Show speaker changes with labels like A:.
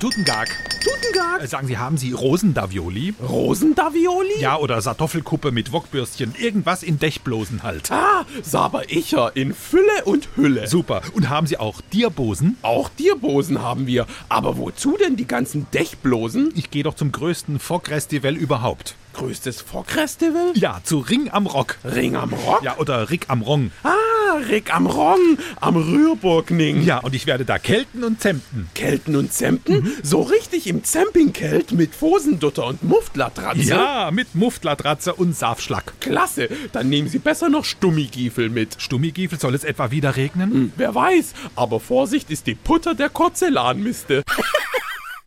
A: Tutengag.
B: Tutengag.
A: Äh, Sagen Sie, haben Sie Rosendavioli?
B: Oh. Rosendavioli?
A: Ja, oder Kartoffelkuppe mit Wokbürstchen. Irgendwas in Dechblosen halt.
B: Ah, Saber Icher in Fülle und Hülle.
A: Super. Und haben Sie auch Dierbosen?
B: Auch Tierbosen haben wir. Aber wozu denn die ganzen Dechblosen?
A: Ich gehe doch zum größten Festival überhaupt.
B: Größtes Fockrestival?
A: Ja, zu Ring am Rock.
B: Ring am Rock?
A: Ja, oder Rick am Rong.
B: Ah, Rick am Rong, am Rührburgning.
A: Ja, und ich werde da kelten und zemten.
B: Kelten und Zempen?
A: Mhm.
B: So richtig im Zempingkelt mit Fosendutter und Muftlatratze?
A: Ja, mit Muftlatratze und Saafschlag.
B: Klasse, dann nehmen Sie besser noch Stummigiefel mit. Hm,
A: Stummigiefel, soll es etwa wieder regnen?
B: Wer weiß, aber Vorsicht ist die Butter der Korzellanmiste.